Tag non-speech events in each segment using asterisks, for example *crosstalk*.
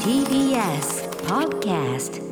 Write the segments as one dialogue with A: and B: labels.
A: TBS Podcast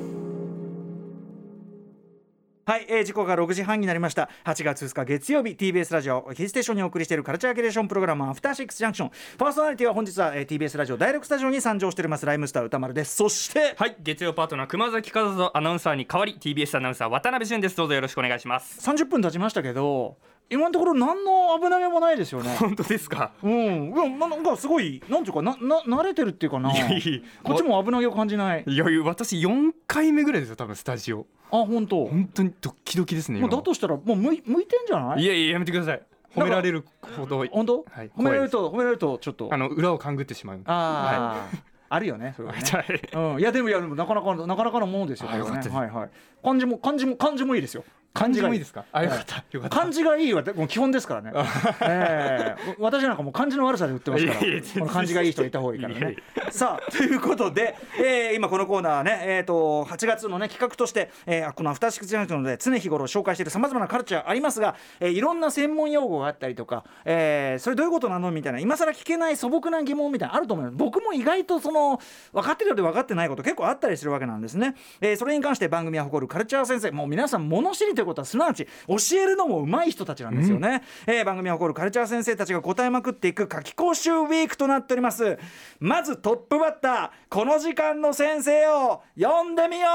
B: はい、えー、時刻が6時半になりました8月2日月曜日 TBS ラジオキーステーションにお送りしているカルチャーキュレーションプログラムアフターシックスジャンクションパーソナリティは本日は、えー、TBS ラジオ第6スタジオに参上しておりますライムスター歌丸ですそして
C: はい月曜パートナー熊崎和人アナウンサーに代わり TBS アナウンサー渡辺俊ですどうぞよろしくお願いします
B: 30分経ちましたけど今のところ何の危なげもないですよ
C: *laughs*
B: ね
C: 本当ですか
B: うん、いやまなんかすごいなんていうかなな慣れてるっていうかない
C: やいや
B: こっちも危なげを感じないあ
C: いやいや私4回目ぐらいですよ多分スタジオ
B: 本当
C: 本当にドッキドキですね
B: もう
C: 今
B: だとしたらもう向い向いてんじゃないい
C: やいややめてください褒められるほど
B: 本当、
C: はい
B: 褒められると褒められるとちょっと
C: あの裏を勘ぐってしまう
B: あー、あるよねそれは
C: は
B: ね
C: *laughs* いはい
B: うん、いやでもいやでもなかなかなかなかのものですよ。
C: あよかったです
B: これねはいはい。漢字も漢字も漢字もいいですよ。。
C: 漢字もいいですすかあよかったよかった
B: 漢字がいいはもう基本です
C: *laughs*
B: からね。ええ私なんかもう漢字の悪さで売ってますから。
C: いやいや全然
B: この漢字がいい人がいた方がいいから
C: いやい
B: ね。さあということで、えー今このコーナーはねえっ、と8月のね企画として、えーこのアフターシックスジャンクションで常日頃紹介しているさまざまなカルチャーありますが、えーいろんな専門用語があったりとか、えーそれどういうことなのみたいな今更聞けない素朴な疑問みたいなのあると思います。僕も意外とその分かってるようで分かってないこと結構あったりするわけなんですね。えーそれに関して番組は誇るカルチャー先生もう皆さん物知りということはすなわち教えるのもうまい人たちなんですよね、えー番組は誇るカルチャー先生たちが答えまくっていく夏季講習ウィークとなっておりますまずトップバッターこの時間の先生を呼んでみよ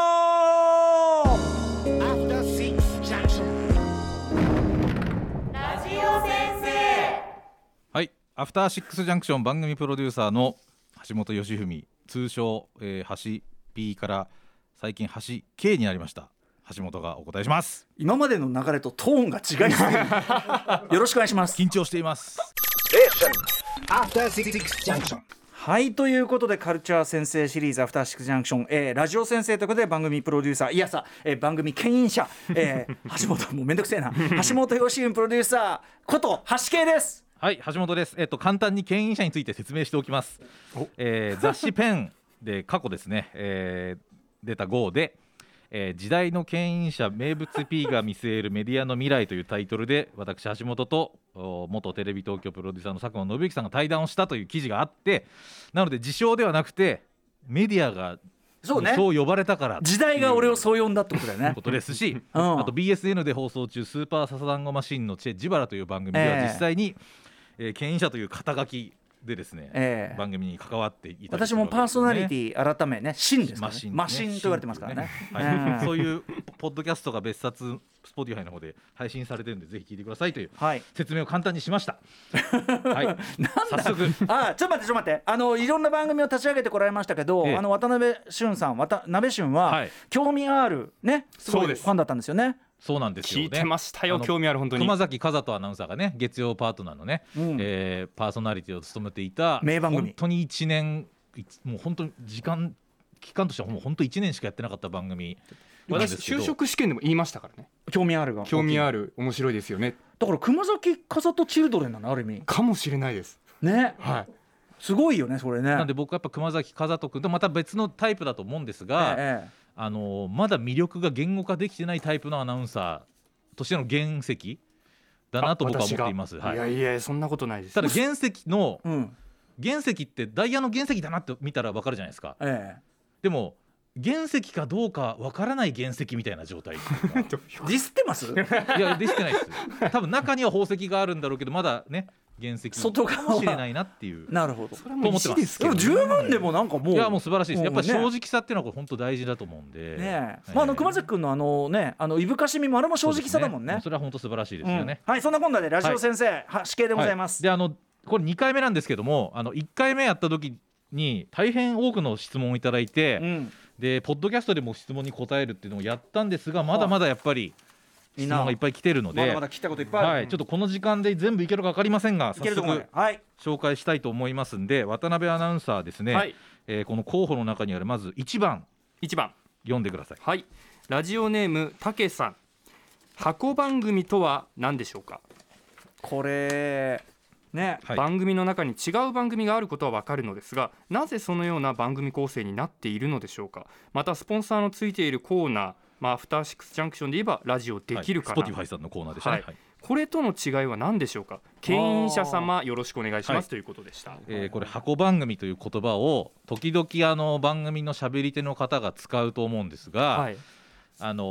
B: う
D: After Six Junction.
E: はい、アフターシックスジャンクション番組プロデューサーの橋本良文通称、えー、橋 B から最近橋 K になりました橋本がお答えします
B: 今までの流れとトーンが違いすぎる *laughs* よろしくお願いします
E: 緊張しています
D: After Six Junction.
B: はいということでカルチャー先生シリーズアフターシックスジャンクション、えーラジオ先生ということで番組プロデューサーいやさ、えー番組牽引者、えー橋本もうめんどくせえな橋本良文プロデューサーこと橋系です
E: はい橋本ですえっ、と簡単に牽引者について説明しておきます、えー雑誌ペンで過去ですね、えー出た号で、えー時代の牽引者名物 P が見据えるメディアの未来というタイトルで私橋本とお元テレビ東京プロデューサーの佐久間信之さんが対談をしたという記事があってなので自称ではなくてメディアが
B: そうね
E: 呼ばれたから
B: 時代が俺をそう呼んだってことだよね
E: ことですし、
B: *laughs* うん
E: あと BSN で放送中「スーパーササダンゴマシン」の「チェ・ジバラ」という番組で
B: え
E: は
B: え
E: 実際に、えー牽引者という肩書きでですね、
B: ええ
E: 番組に関わっていたり
B: 私もパーソナリテ
E: ィ
B: ィ改めね真ですから
E: マ
B: ね
E: シンね、
B: マシンと言われてますからね
E: シンっていうねはい
B: ええ
E: そういうポッドキャストが別冊 Spotify の方で配信されてるんでぜひ聞いてくださいという
B: はい
E: 説明を簡単にしました、
B: *laughs*
E: はい、早速
B: あちょっと待ってちょっと待ってあのいろんな番組を立ち上げてこられましたけど、
E: ええ
B: あの渡辺俊さん渡鍋俊は、
E: はい
B: 興味あるねすごい
C: そう
B: フ
C: です
B: ァンだったんですよね
E: そうなんですよ
C: 聞
E: ね
C: いてましたよ
E: あの
C: 興味ある本当に
E: 熊崎和人アナウンサーがね月曜パートナーのね、
B: うん
E: えーパーソナリティを務めていた
B: 名番組
E: 本当に1年いつもう本当に時間期間としてはもう本当1年しかやってなかった番組なんです
C: 私
E: けど
C: 就職試験でも言いましたからね
B: 興味あるが
C: 興味ある面白いですよね
B: だから熊崎風とチルドレンなのある意味
C: かもしれないです
B: ね
C: はい
B: すごいよねそれね
E: なんで僕はやっぱ熊崎和人君とまた別のタイプだと思うんですが、
B: ええ
E: あのまだ魅力が言語化できてないタイプのアナウンサーとしての原石だなと僕は思っています。
C: 私
E: は
C: がいや
E: い
C: いやそんなことないです
E: ただ原石の
B: うん
E: 原石ってダイヤの原石だなって見たらわかるじゃないですか。
B: え
E: でも原石かどうかわからない原石みたいな状態っていうか
B: えディスってます
E: *laughs* いやできてないです多分中には宝石があるんだろうけどまだね原石
B: 外側は
E: かもしれないなっていう
B: なるほど
C: それも石ですけ
B: で
C: ど
B: も
C: ね
B: 十分でもなんかもう
E: いやもう素晴らしいですやっぱり正
B: もうね
E: 直さっていうのはこれ本当大事だと思うんで、
B: ねえ、
E: はい
B: まあ、あの熊崎君のあのねあのいぶかしみもあれも正直さだもんね
E: そうですそれは本当素晴らしいですよね、
B: うんはいそんなこんなでラジオ先生、は死刑でございま
E: は
B: す、
E: であのこれ2回目なんですけどもあの1回目やった時に大変多くの質問をいただいて、
B: うん
E: でポッドキャストでも質問に答えるっていうのをやったんですがまだまだやっぱり質問がいっぱい来てるので
B: まだまだ聞いたこといっぱいある、
E: はい、ちょっとこの時間で全部いけるか分かりませんが
B: いけ
E: 早
B: ると思う
E: 速
B: よはい
E: 紹介したいと思いますんで渡辺アナウンサーですね、
C: はい
E: えーこの候補の中にあるまず1番
C: 一番
E: 読んでください
C: はいラジオネームたけさん箱番組とは何でしょうか
B: これね
E: はい
C: 番組の中に違う番組があることはわかるのですがなぜそのような番組構成になっているのでしょうかまたスポンサーのついているコーナー、まあ、アフターシックスジャンクションで言えばラジオできるか
E: はい、
C: な、
E: Spotify さんのコーナーでしたね、
C: はい
E: はい
C: これとの違いは何でしょうか牽引者様よろしくお願いします、
E: はい
C: ということでした、
E: えーこれ箱番組という言葉を時々あの番組の喋り手の方が使うと思うんですが、
C: はい、
E: あのー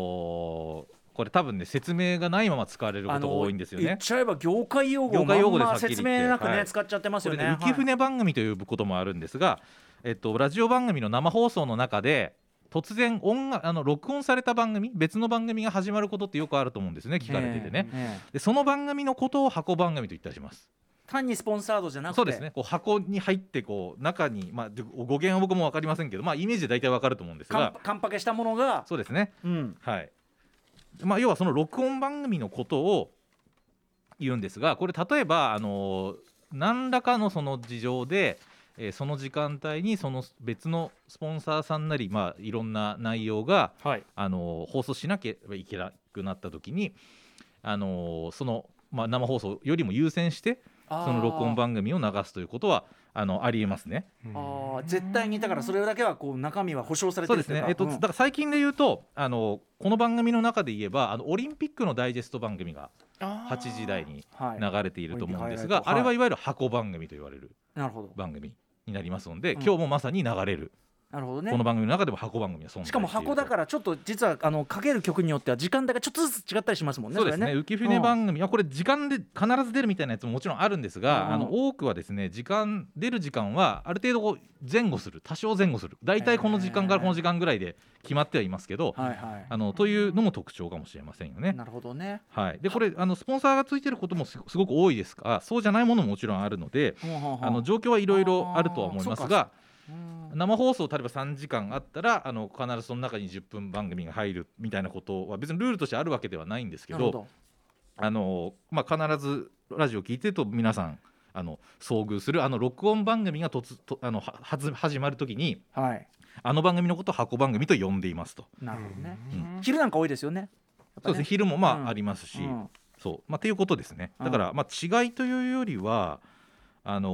E: これ多分ね説明がないまま使われるこ
B: あ
E: とが
B: の
E: 多いんですよ
B: 言っ
E: ね。
B: ちゃえば業界用語
E: 業界用語で
B: まんま
E: はっきり
B: 説
E: 言って
B: 明なくね、
E: はい
B: 使っちゃってます
E: こ
B: よ
E: れ
B: ね
E: ね浮船番組ということもあるんですが、えっとラジオ番組の生放送の中で突然音楽あの録音された番組別の番組が始まることってよくあると思うんですね聞かれててね。
B: はいええ
E: でその番組のことを箱番組と言ったりします。
B: 単にスポンサードじゃなくて
E: そうですねこう箱に入ってこう中に、まあ、で語源は僕も分かりませんけど、まあ、イメージで大体分かると思うんです
B: カン
E: が
B: パカンパケしたものが
E: そうですね
B: うん
E: はい、まあ、要はその録音番組のことを言うんですがこれ例えば、あの何らかのその事情で、えーその時間帯にその別のスポンサーさんなり、まあ、いろんな内容が、
C: はい
E: あの放送しなければいけなくなった時に、あのその、まあ、生放送よりも優先して
B: あー
E: その録音番組を流すということはあのありえますね。
B: あー絶対にだからそれだけはこう中身は保証されて
E: そう
B: る
E: ですね。えっと、
B: ん
E: だから最近で言うとあのこの番組の中で言えばあのオリンピックのダイジェスト番組が
C: あー
E: 8時台に
B: はい、
E: 流れていると思うんですが、
B: はいはい
E: あれはいわゆる箱番組と言われる
B: なるほど
E: 番組になりますので、
B: うん
E: 今日もまさに流れる、
B: なるほどね
E: この番組の中でも箱番組は存在
B: しかも箱だかららちょっと実はあのかける曲によっては時間帯がちょっとずつ違ったりしますもんね
E: そうですね
B: れ
E: 浮船番組、いやこれ時間で必ず出るみたいなやつももちろんあるんですが、
B: うん
E: あの多くはですね時間出る時間はある程度こう前後する多少前後する大体この時間からこの時間ぐらいで決まってはいますけど、
B: はいはい
E: あのというのも特徴かもしれませんよね。
B: なるほどね
E: はい、でこれあのスポンサーがついてることもすすごく多いですがそうじゃないものももちろんあるので
B: ほうほうほう
E: あの状況はいろいろあるとは思います
B: あーそう
E: が
B: うん
E: 生放送例えば3時間あったらあの必ずその中に10分番組が入るみたいなことは別にルールとしてあるわけではないんですけ
B: な
E: ど
B: るほど
E: あの、まあ、必ずラジオ聞いてると皆さんあの遭遇するあの録音番組が突とあのははず始まるときに
B: はい
E: あの番組のことを箱番組と呼んでいますと。
B: なるほどね
C: うん
B: 昼なんか多いですよねやっ
E: そ
B: ぱ
E: うですね昼もまあ、
B: うん
E: ありますし、
B: うん
E: そうまあ、っていうことですね。だから、まあ、違いというよりはあの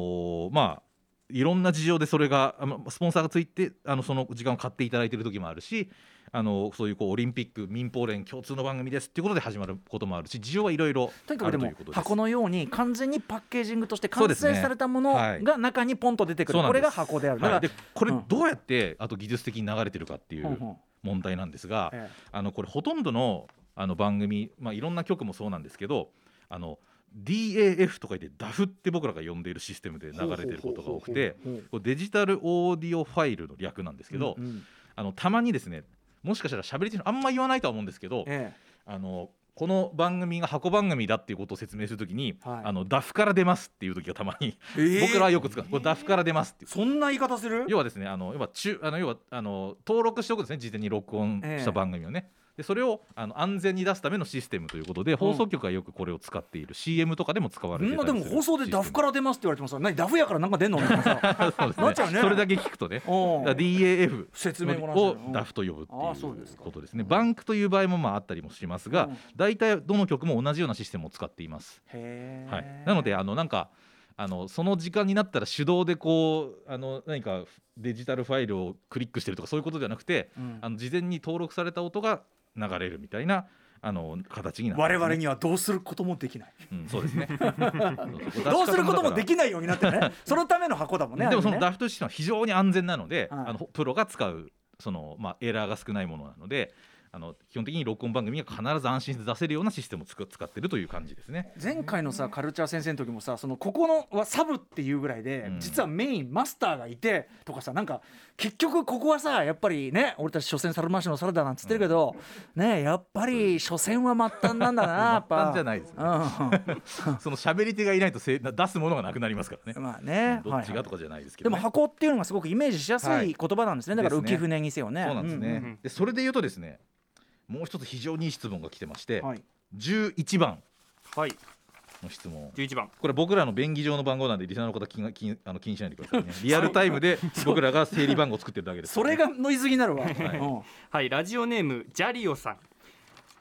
E: ーまあいろんな事情でそれがあのスポンサーがついてあのその時間を買っていただいている時もあるし、あのそういうこうオリンピック民放連共通の番組ですっていうことで始まることもあるし事情はいろいろあ
B: と
E: る
B: にかくで
E: と
B: も
E: いうことです。
B: 箱のように完全にパッケージングとして
E: そ
B: 完
E: うです
B: 成
E: ね
B: されたもの
E: はい
B: が中にポンと出てくる、
E: そうなん
B: これ
E: で
B: が
E: す
B: 箱であるだ
E: はい、
B: か
E: でこれ
B: うん
E: どうやってあと技術的に流れてるかってい
B: ら、ほん
E: う
B: ほん
E: 問題なんですが、
B: え
E: あのこれほとんどのあの番組、まあ、いろんな曲もそうなんですけどあの DAF とか言って DAF って僕らが呼んでいるシステムで流れてることが多くてこうデジタルオーディオファイルの略なんです
B: え
E: けど、
B: うんうん
E: あのたまにですねもしかしたら喋り手のあんま言わないとは思うんですけど
B: ええ
E: あのこの番組が箱番組だっていうことを説明するときに、
B: はい
E: あの DAF から出ますっていう時がたまに、
B: ええ
E: 僕らはよく使うこれ DAF から出ますっていう
B: そんな言い方す *laughs* る
E: 要はですねあの要は中あの要はあの登録しておくんですね事前に録音した番組をね、でそれをあの安全に出すためのシステムということで放送局がよくこれを使っている、CM とかでも使われ
B: み
E: て
B: んな
E: たりす
B: で
E: る
B: も放送でダフからら出ますって言われてます何ダフやからなんか出んのみたいな
E: *laughs*
B: さ *laughs*
E: そうです、ね、
B: なっちゃうね
E: それだけ聞くとね
B: おう
E: DAF
B: 説明もなし
E: を
B: うん
E: ダフと呼ぶ
B: ああ
E: ってい
B: そうで
E: う
B: すか
E: ことですねバンクという場合もまああったりもしますが、
B: うん
E: 大体どの曲も同じようなシステムを使っています
B: へえ
E: はい、なのであのなんかあのその時間になったら手動でこうあの何かデジタルファイルをクリックしてるとかそういうことではなくて、
B: うん
E: あの事前に登録された音が流れるみたいなあの形になってま
B: 我
E: すね
B: 々、にはどうすることもできない
E: うん、そ
B: *laughs*
E: うですね
B: ど
E: ど
B: うすることもで
E: き
B: きないようになってるねそのための箱だもんね
E: でもその
B: あれね
E: ダフトシステムは非常に安全なので、
B: はい
E: あのプロが使うその、まあ、エラーが少ないものなのであの基本的に録音番組が必ず安心して出せるようなシステムをつく使ってるという感じですね。
B: 前回のさカルチャー先生の時もさそのここのはサブっていうぐらいで、
E: うん
B: 実はメインマスターがいてとかさなんか結局ここはさやっぱりね俺たち初戦猿回しのサラダなんつってるけど、ねやっぱり初戦は末端なんだなやっぱ
E: *laughs* 末端じゃないですね
B: うん
E: その喋り手がいないとせい出すものがなくなりますからね。
B: まあね
E: どっ
B: はい
E: ち
B: は
E: が
B: い
E: とかじゃないです
B: で
E: けど、
B: も
E: ね
B: 箱っていうのがすごくイメージしやす
E: はいい
B: 言葉なんですね、だから
E: ですね
B: 浮舟にせよね
E: そうなんですね、
B: う
C: うん
E: でそれで言うとですねもう一つ非常にいい質問が来てまして、
B: うんはい、
E: 11番
C: はい
E: の質問
C: 11番
E: これ僕らの便宜上の番号なんでリスナーの方気が
B: *laughs*
E: 気あの気にしないでくださいねリアルタイムで僕らが整理番号を作ってるだけです
B: それがノイズになるわ、うん
C: はいラジオネームジャリオさん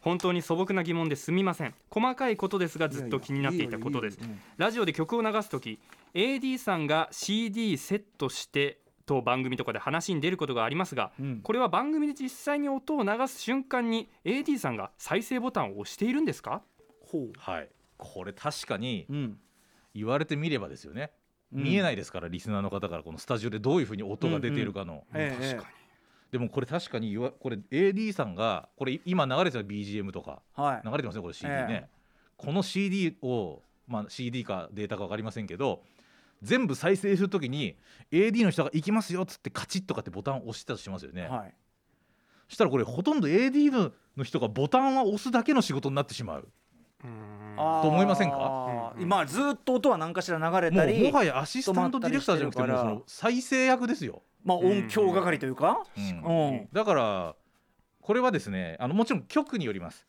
C: 本当に素朴な疑問ですみません細かいことですがずっと気になっていたことです
B: いやいやいいよいいよ
C: ラジオで曲を流すとき AD さんが CD セットしてと番組とかで話に出ることがありますが、
B: うん
C: これは番組で実際に音を流す瞬間に AD さんが再生ボタンを押しているんですか
B: ほう
E: はいこれ確かに
B: うん
E: 言われてみればですよね、
B: うん
E: 見えないですからリスナーの方からこのスタジオでどういうふうに音が出ているかの、
B: ええええ
E: でもこれ確かに言わこれ AD さんがこれ今流れてる BGM とか
B: はい
E: 流れてますねこれ CD ね、
B: え
E: この CD を、まあ、CD かデータか分かりませんけど全部再生するときに AD の人が「行きますよ」っつってカチッとかってボタンを押してたとしますよね、
B: はい
E: そしたらこれほとんど AD のの人がボタンは押すだけの仕事になってしまう
C: うん
B: あー
E: と思いませんか
B: うん今ずっと音は何かしら流れ
E: も
B: た
E: う
B: り
E: もはやアシスタントディレクターじゃなくてもうその再生役ですよ、
B: まあ音響係というか
E: うん
B: うん
E: だからこれはですねあのもちろん局によります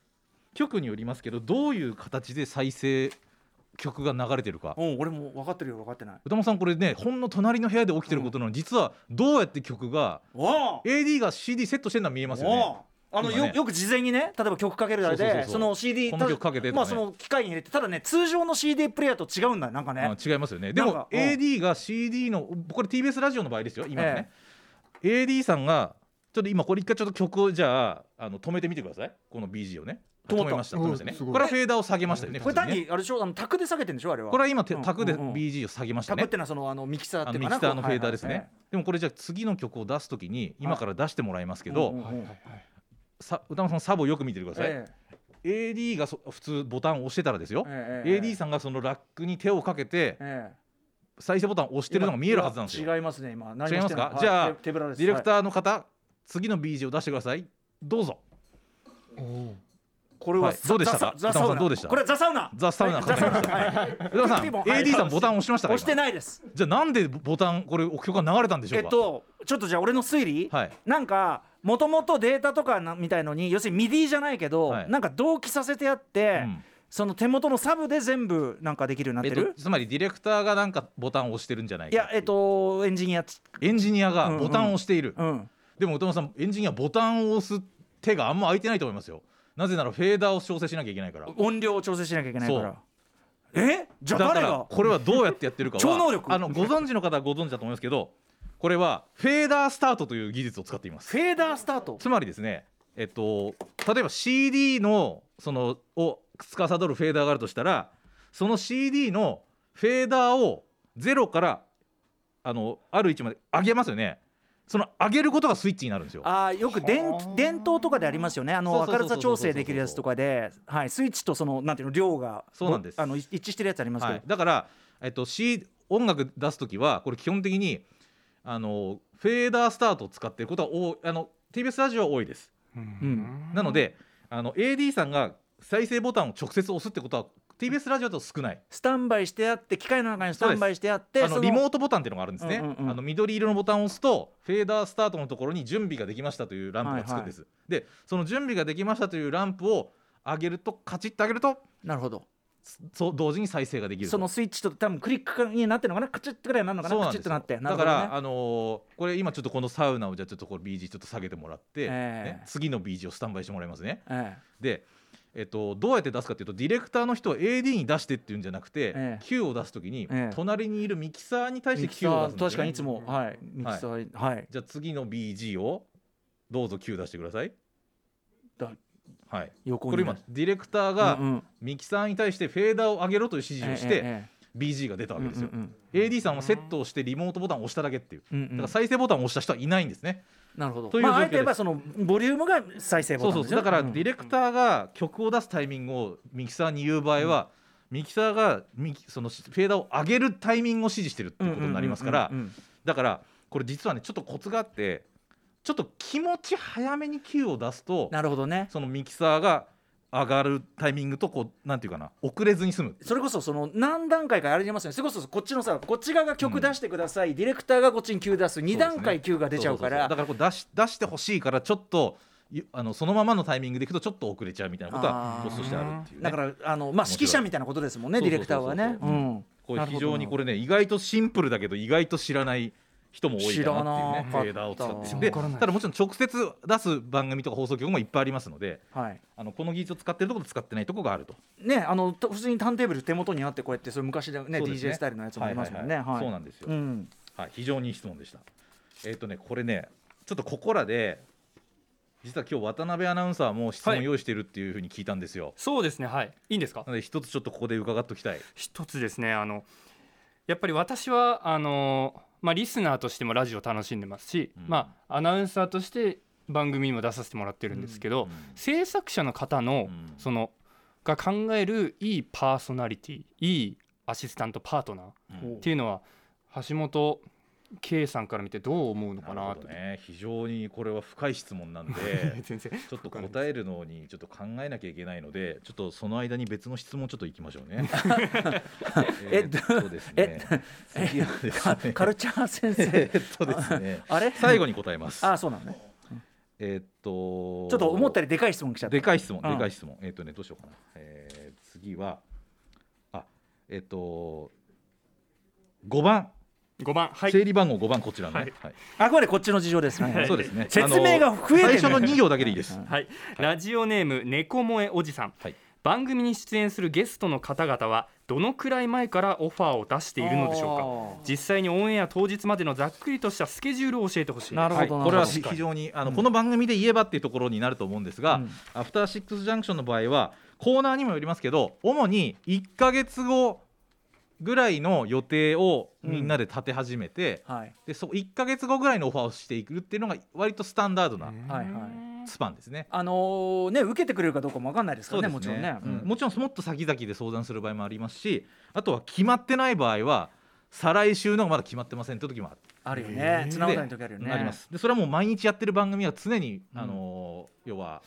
E: 局によりますけどどういう形で再生曲が流れてるか
B: うん俺も分かってるよ分かってない
E: 歌間さんこれねほんの隣の部屋で起きてることなのに、実はどうやって曲が
B: お
E: AD が CD セットしてるのは見えますよね
B: あのよ
E: 今ね
B: よく事前にね例えば曲かけるだけ
E: そう
B: で
E: そうそうそう
B: その CD
E: この曲かけてとかね
B: まあその機械に入れてただね通常の CD プレイヤーと違うんだよなんかね
E: あ違いますよねで
B: なんか
E: も
B: うん
E: AD が CD のこれ TBS ラジオの場合ですよ今のね、AD さんがちょっと今これ一回ちょっと曲をじゃああの止めてみてくださいこの BG をね
B: 止まった
E: めました止めましたね
A: うんす
E: こ
A: ごい
E: れはフェーダーを下げましたよね
B: これ
E: 普通
B: 単
E: にね
B: にあれでしょあのタクで下げてんでしょあれは
E: これは今
B: うん
E: タクで
B: うんうん
E: BG を下げまし
B: タ
E: た
B: クっ
E: ね
B: てのはそのあのミキサー
E: あ
B: って
E: の
B: いう
E: ミ
B: か
E: キ
B: な
E: サーのフェーダーです
B: はいはい
E: ねでもこれじゃあ次の曲を出すときに今から出してもらいますけ
B: うん
E: ど
B: うんうん
E: さ歌間さんサブをよく見ててください
B: ええ
E: AD がそ普通ボタンを押してたらですよ、
B: ええええ
E: AD さんがそのラックに手をかけて
B: ええ
E: 再生ボタンを押してるのが見えるはずなんですよ。
B: 違いますね今何
E: 違い
B: も
E: ま
B: し
E: す
B: てな
E: か、じゃあ
B: はい手手ぶら
E: デ
B: です
E: ィレク
B: はい
E: ターの方、次の BG を出してくださいどうぞ
B: これは
E: はいどうでしたか
B: ザザサウ
E: 歌丸さん
B: ナ
E: どうでした
B: これはザサウナ
E: ザ・サウナ
B: ザ
E: か
B: サ
E: か
B: ウ
E: りま
B: ナ
E: し
B: は
E: た
B: い
E: 宇多田さん
B: ピピピもはい
E: AD さんボタン押しましたか
B: 押して
E: 今
B: ないです
E: じゃあなんでボタンこれ曲が流れたんでしょ
B: え
E: う
B: っ
E: か、
B: とちょっとじゃあ俺の推理、
E: はい
B: なんかもともとデータとかなみたいのに要するにミディじゃないけど、
E: はい
B: なんか同期させてやって、
E: うん
B: その手元のサブで全部なんかできるようになって
E: えっ
B: る
E: と、、つまりディレクターがなんかボタンを押してるんじゃないか
B: いやえっとエンジニアつ
E: エンジニアがボタンを押している、
B: うん
E: でも歌丸さんエンジニアボタンを押す手があんま空いてないと思いますよなぜならフェーダーを調整しなきゃいけないから
B: 音量を調整しなきゃいけないからえじゃあ
E: だか
B: 誰
E: ら
B: が
E: これはどうやってやってるかは
B: 超能力
E: あのご存知の方はご存知だと思いますけどこれはフェーダースタートという技術を使っています
B: フェーダースタート
E: つまりですねえっと例えば CD のそのを司るフェーダーがあるとしたらその CD のフェーダーを0からあのある位置まで上げますよねその上げることがスイッチになるんですよ
B: あーよく電伝統とかでありますよねあの
E: そうそう
B: 明
E: そ
B: る
E: うそう
B: さ調整できるやつとかで、はい、スイッチとそのなんていうの量が
E: そうなんです
B: あのい一致してるやつありますけど、
E: はい、だから、えっと、C 音楽出す時はこれ基本的にあのフェーダースタートを使っていることは多いあの TBS ラジオは多いです、
B: うん
E: なのであの AD さんが再生ボタンを直接押すってことは TBS ラジオだと少ない
B: スタンバイしてあって機械の中にスタンバイしてあって
E: あ
B: そ
E: のリモートボタンっていうのがあるんですね、
B: うんうんうん
E: あの緑色のボタンを押すとフェーダースタートのところに準備ができましたというランプがつくんです、でその準備ができましたというランプを上げるとカチッと上げると
B: なるほど
E: そう同時に再生ができると
B: そのスイッチと多分クリックになってるのかなカチッてぐらいになるのかな
E: そうな
B: カ
E: ん
B: チッ
E: です
B: と
E: よ
B: なってな
E: だ
B: るほど
E: か
B: ね
E: ら、あのーこれ今ちょっとこのサウナをじゃあちょっとこれ BG ちょっと下げてもらって、
B: ええ
E: ね次の BG をスタンバイしてもらいますね
B: え
E: で、えっと、どうやって出すかっていうとディレクターの人は AD に出してっていうんじゃなくて、
B: ええ
E: Q を出す時に、
B: ええ
E: 隣にいるミキサーに
B: え
E: 対し
B: ミキ
E: て
B: サ
E: Q を出
B: ー
E: すんです、ね、
B: 確かにいつもはいミキサーはい
E: じゃあ次の BG をどうぞ Q 出してください
B: だ
E: はい
B: 横
E: こ
B: に
E: れ今ディレクターが
B: うんうん
E: ミキサーに対してフェーダーを上げろという指示をして、
B: ええ
E: BG が出たわ
B: ええ
E: けですよ、
B: うんうん
E: AD さんはセットをしてリモートボタンを押しただけっていう、
B: うんうん
E: だから再生ボタンを押した人はいないんですね、
B: なるほど
E: という
B: ま
E: 状
B: あ
E: 況
B: あえて言えば
E: です
B: そのボリュームが再生ボ
E: そう
B: タ
E: そ
B: ン
E: う
B: です
E: だからデ
B: ね
E: ィレクターが曲を出すタイミングをミキサーに言う場合は、ミキサーがミキそのフェーダーを上げるタイミングを指示してるって
B: うん
E: いううんことになりますから、
B: うんうんうんうん
E: だからこれ実はねちょっとコツがあってちょっと気持ち早めに Q を出すと
B: なるほどね
E: そのミキサーが上がるタイミングとこうなんていうかな遅れずに済む。
B: それこそその何段階かやりますよねそれこそこっちのさこっち側が曲出してください、ディレクターがこっちに Q 出す2段階 Q が出ちゃうか
E: そ
B: ら
E: そそだからこう出し出してほしいからちょっとゆあのそのままのタイミングでいくとちょっと遅れちゃうみたいなこと
B: あ
E: は
B: ー
E: コツとしてあるっていう、
B: だ
E: ね、
B: からあのまあ指揮者みたいなことですもんね
E: そ
B: ディ
E: うそ
B: レ
E: うそう
B: クター
E: そ
B: は
E: う
B: ねうん
E: これ非常にこ
B: れ
E: れね意外とシンプルだけど意外と知らない人も多いかな
B: 知
E: っていうね
B: らなか
E: フ
B: った
E: ェーダーを使って
B: 全
E: で
A: 然わからない
E: ただもちろん直接出す番組とか放送局もいっぱいありますので
B: はい
E: あのこの技術を使ってるところと使ってないところがあると
B: ね、あのと普通にターンテーブル手元にあってこうやってそれ昔だよね
E: そうです
B: DJ スタイルのやつもありますもんね。
E: はいはいはいそうなんんですよ、
B: うん、
E: はい、非常にいい質問でしたえっ、とねこれねちょっとここらで実は今日渡辺アナウンサーも質問用意してるっていうふうに聞いたんですよ、
C: そうですねはいいいんですか
E: なので一つちょっとここで伺っときたい
C: 一つですねあのやっぱり私はあの、まあ、リスナーとしてもラジオ楽しんでますし、
E: うん
C: まあ、アナウンサーとして番組にも出させてもらってるんですけど、
E: うん
C: 制作者の方の、
E: うん
C: そのが考えるいいパーソナリティいいアシスタントパートナーっ
E: うん
C: ていうのは橋本圭さんから見てどう思うのかな
E: なる
C: と
E: ほどね非常にこれは深い質問なんで
B: *laughs*
C: 全然
E: ちょっと答えるのにちょっと考えなきゃいけないのでちょっとその間に別の質問ちょっといきましょうね
B: *laughs* え
E: っとですね次はですね
B: カルチャー先生
E: *laughs* えっとですね
B: あれ
E: 最後に答えます
B: ああそうなのね
E: えっと
B: ちょっと思ったよ
E: り
B: りでかい質問来ちゃった
E: でかい質問
B: うん
E: でかい質問えっとねどうしようかなえー次はあえっと5番
C: 5番はい
E: 整理番号5番こちらの
C: は
E: ね
C: い
E: はい
B: あくまでこっちの事情ですね
E: そうですね
B: 説明が増えてる
E: あの最初の2行だけでいいです
C: はい、ラジオネーム猫萌えおじさん、
E: はい
C: 番組に出演するゲストの方々はどのくらい前からオファーを出しているのでしょう
B: あ
C: か
B: ー
C: 実際にオンエア当日までのざっくりとしたスケジュールを教えてほしいです
B: なるほど
E: はい、これは
B: 確
E: 非常にあの、この番組で言えばっていうところになると思うんですが、
B: うん
E: アフターシックスジャンクションの場合はコーナーにもよりますけど主に1か月後ぐらいの予定をみんなで立て始めて、
B: はい
E: でそ1か月後ぐらいのオファーをしていくっていうのが割とスタンダードな
B: はいはい
E: スパンですね。
B: あのーね受けてくれるかどうかもわかんないですか
E: そう
B: ら
E: で
B: ね
E: すね
B: もちろんね
E: う
B: うん
E: んもちろんもっと先々で相談する場合もありますしあとは決まってない場合は再来週のまだ決まってませんって時もある。
B: あるよね綱渡りの時あるよね
E: なりますでそれはもう毎日やってる番組は常に、
B: うん
E: あのー要は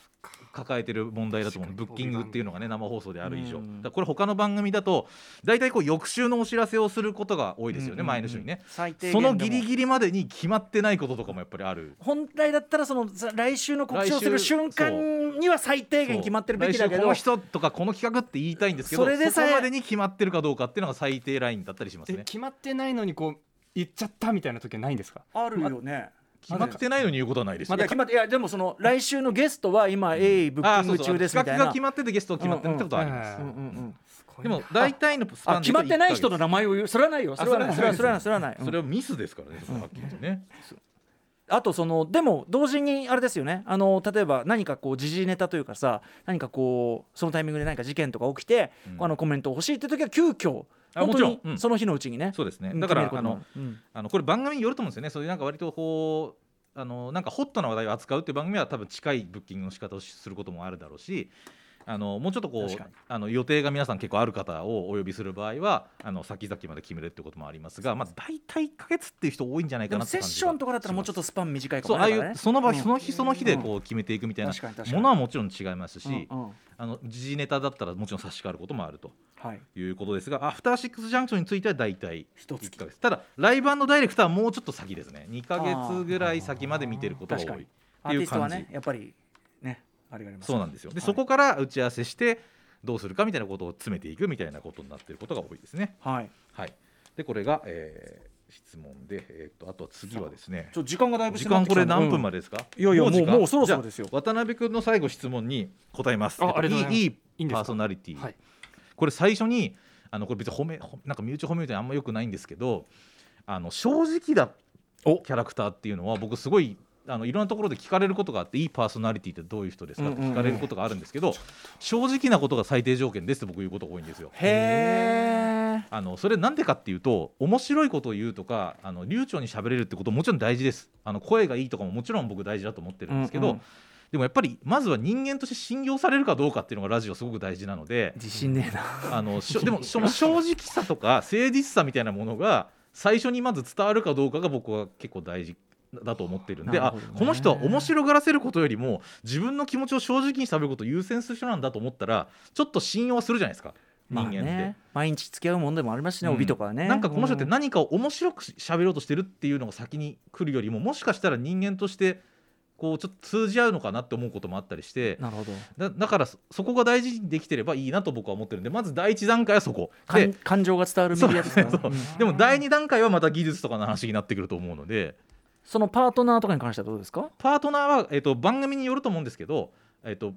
E: 抱えてる問題だと思うブ
C: 確か
E: ッ
C: に
E: キングっていうのがね生放送である以上、
B: うん
E: だからこれ他の番組だと大体こう翌週のお知らせをすることが多いです
B: うん
E: よね、
B: うんうん
E: 前の週にね
B: 最低限
E: そ
B: でも
E: のギリギリまでに決まってないこととかもやっぱりある。
B: 本来だったらそのさ来週の告知をする
E: 来週
B: 瞬間には最低限決まってるべきだけ
E: 来週こ
B: ど
E: の人とかこの企画って言いたいんですけど
B: それでさえ
E: こまでに決まってるかどうかっていうのが最低ラインだったりします
C: え
E: ね
C: 決まってないのにこう言っちゃったみたいな時はないんですか
B: あるよね
E: 決まってないのに言うことはないですよ、
B: まだ決まっていやでもその来週のゲストは今鋭意ブッ
E: あ
B: キン
E: そ
B: グ
E: うそう
B: 中ですみたい
E: 企画が
B: な
E: 決まっててゲスト決まってるってことはあります、
C: う
B: うんんうんうん
E: でも大体のスパ
B: あ
E: ンで
B: 決まってない人の名前を言うそれはないよそれはない
E: あ
B: そ
E: そ
B: れ
E: れ
B: は
E: は
B: それはないそれはない、うん
E: それはミスですからね、それはっきり言ってね。
B: あとそのでも同時にあれですよねあの例えば何かこう時事ネタというかさ何かこうそのタイミングで何か事件とか起きて、
E: うん
B: あのコメント欲しいって時は急遽
E: あ
B: 本
E: も
B: 当
E: ちろん
B: に
E: うん
B: その日のうちにね
E: そうですね
B: うん
E: だから
B: 決めることも
E: あ
B: うん
E: あのこれ番組によると思うんですよね、そういうなんか割とこうあのなんかホットな話題を扱うっていう番組は多分近いブッキングの仕方をすることもあるだろうし。あのもうちょっとこ
B: 確
E: う
B: かに
E: あの予定が皆さん結構ある方をお呼びする場合はあの先々まで決めるってこともありますが、まあ、大体1か月っていう人多いんじゃない
B: で
E: か
B: も
E: なって
B: セッ
E: 感じが
B: ションとかだったらもうちょっとスパン短いか
E: そう
B: も
E: ああ
B: ね
E: い
B: だから
E: う
B: ね
E: その場、
B: うん
E: その日その日でこう決めていくみたいな
B: 確かに確かに
E: ものはもちろん違いますし、
B: うんうん
E: あの時事ネタだったらもちろん差し替わることもあると
B: はい
E: いうことですが、アフターシックスジャンクションについては大体
B: 一
E: 1
B: 月
E: ヶ月ただ、ライブダイレクトはもうちょっと先ですね、2ヶ月ぐらい先まで見てることが
B: あー
E: 多いっ
B: アー
E: てい
B: ティ
E: う
B: ストは
E: 感じ
B: ね、やっぱりねあれがあります
E: そうなんですよ、で
B: はい
E: そこから打ち合わせして、どうするかみたいなことを詰めていくみたいなことになっていることが多いですね。
B: はい
E: はい、で、これが、えー質問で、えー、とあとは次はですね
B: ち、ょっと時間がだいぶ
E: 時間これ何分ま
B: で、
E: でですか、
B: いやいや
E: 時間
B: もうもうそろそろですよ
E: じゃあ渡辺君の最後、質問に答えます。
C: あありがとうございます
E: い
C: いい
E: い
C: んですか
E: パーソナリティ
C: はい
E: これ最初にあのこれ別に褒めほなんか身内褒めるとあんま良くないんですけどあの正直だ
B: お
E: キャラクターっていうのは僕すごいあのいろんなところで聞かれることがあっていいパーソナリティってどういう人ですかって聞かれることがあるんですけど、正直なことが最低条件ですって僕言うことが多いんですよ。
B: へえ
E: あのそれなんでかっていうと面白いことを言うとかあの流暢に喋れるってことももちろん大事ですあの声がいいとかももちろん僕大事だと思ってるんですけど、
B: うんうん
E: でもやっぱりまずは人間として信用されるかどうかっていうのがラジオすごく大事な
B: *laughs*
E: ので
B: 自信ねえな
E: あのしょでもその正直さとか誠実さみたいなものが最初にまず伝わるかどうかが僕は結構大事だと思ってるんで
B: な
E: あ
B: るほどね
E: この人は面白がらせることよりも自分の気持ちを正直に喋ることを優先する人なんだと思ったらちょっと信用するじゃないですか人間って。
B: まあね、毎日付き合うもんでもありますしね、
E: うん
B: 帯とかはね
E: なんかこの人って
B: うん
E: 何かを面白くし喋ろうとしてるっていうのが先に来るよりももしかしたら人間としてこうちょっと通じ合うのかなって思うこともあったりして
B: なるほど
E: だだからそそこが大事にできてればいいなと僕は思ってるんでまず第一段階はそこ
B: 感
E: で
B: 感情が伝わるメディアですから
E: そ
B: そう
E: でも第二段階はまた技術とかの話になってくると思うので
B: のパートナーとかに関してはどうですか
E: パートナーは、えっと番組によると思うんですけど、えっと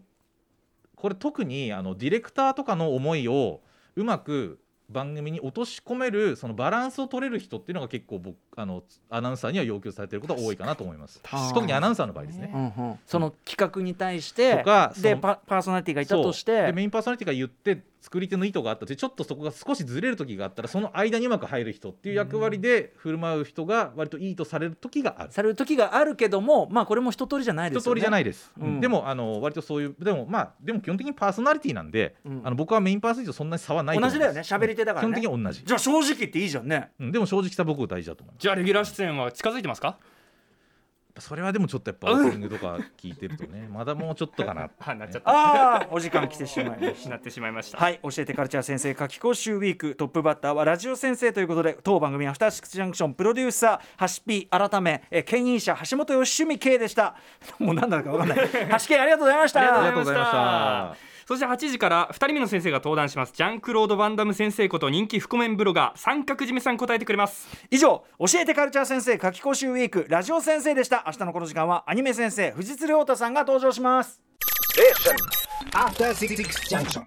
E: これ特にあのディレクターとかの思いをうまく番組に落とし込めるそのバランスを取れる人っていうのが結構僕あのアナウンサーには要求されてることが多いかなと思います
B: 確かに
E: 特にアナウンサーの場合ですね
B: うんうんその企画に対して
E: とかそ
B: で
E: の
B: パパーソナリティがいた
E: そう
B: とし
E: で
B: て
E: メインパーソナリティが言って作り手の意図があったってちょっとそこが少しずれる時があったらその間にうまく入る人っていう役割で振る舞う人が割といいとされる時がある。
B: される時があるけどもまあこれも一通りじゃないで
E: 一
B: すよ
E: 通
B: ね
E: りじゃないです、
B: うん
E: でもあの割とそういうでもまあでも基本的にパーソナリティなんで、
B: うん
E: あの僕はメインパーソナリティとそんなに差はないと
B: 同
E: 思
B: じ
E: います
B: だよね喋り手だから
E: 基
B: ね
E: 本的に同じ、
B: じゃあ正直っていいじゃんね
E: うんでも正直さ僕は大事だと思いま
C: じゃあレギュラー出演は近づいてますか
E: すそれはでもちょっとやっぱ
B: *laughs*
E: オープニングとか聞いてるとねまだもうちょっとかな
C: あなっちゃった
B: ああ *laughs* お時間来てしまいました
C: なってしまいました
B: はい教えてカルチャー先生夏期講習ウィークトップバッターはラジオ先生ということで当番組アフターシックスジャンクションプロデューサー橋 P 改めえー牽引者橋本義文 K でしたもう何なのか分 *laughs* かんない橋 K ありがとうございました
E: ありがとうございました
C: そして8時から2人目の先生が登壇しますジャンクロード・バンダム先生こと人気覆面ブロガー三角締めさん答えてくれます
B: 以上教えてカルチャー先生夏期講習ウィークラジオ先生でした明日のこの時間はアニメ先生藤津亮太さんが登場します
D: Station. After Six Junction.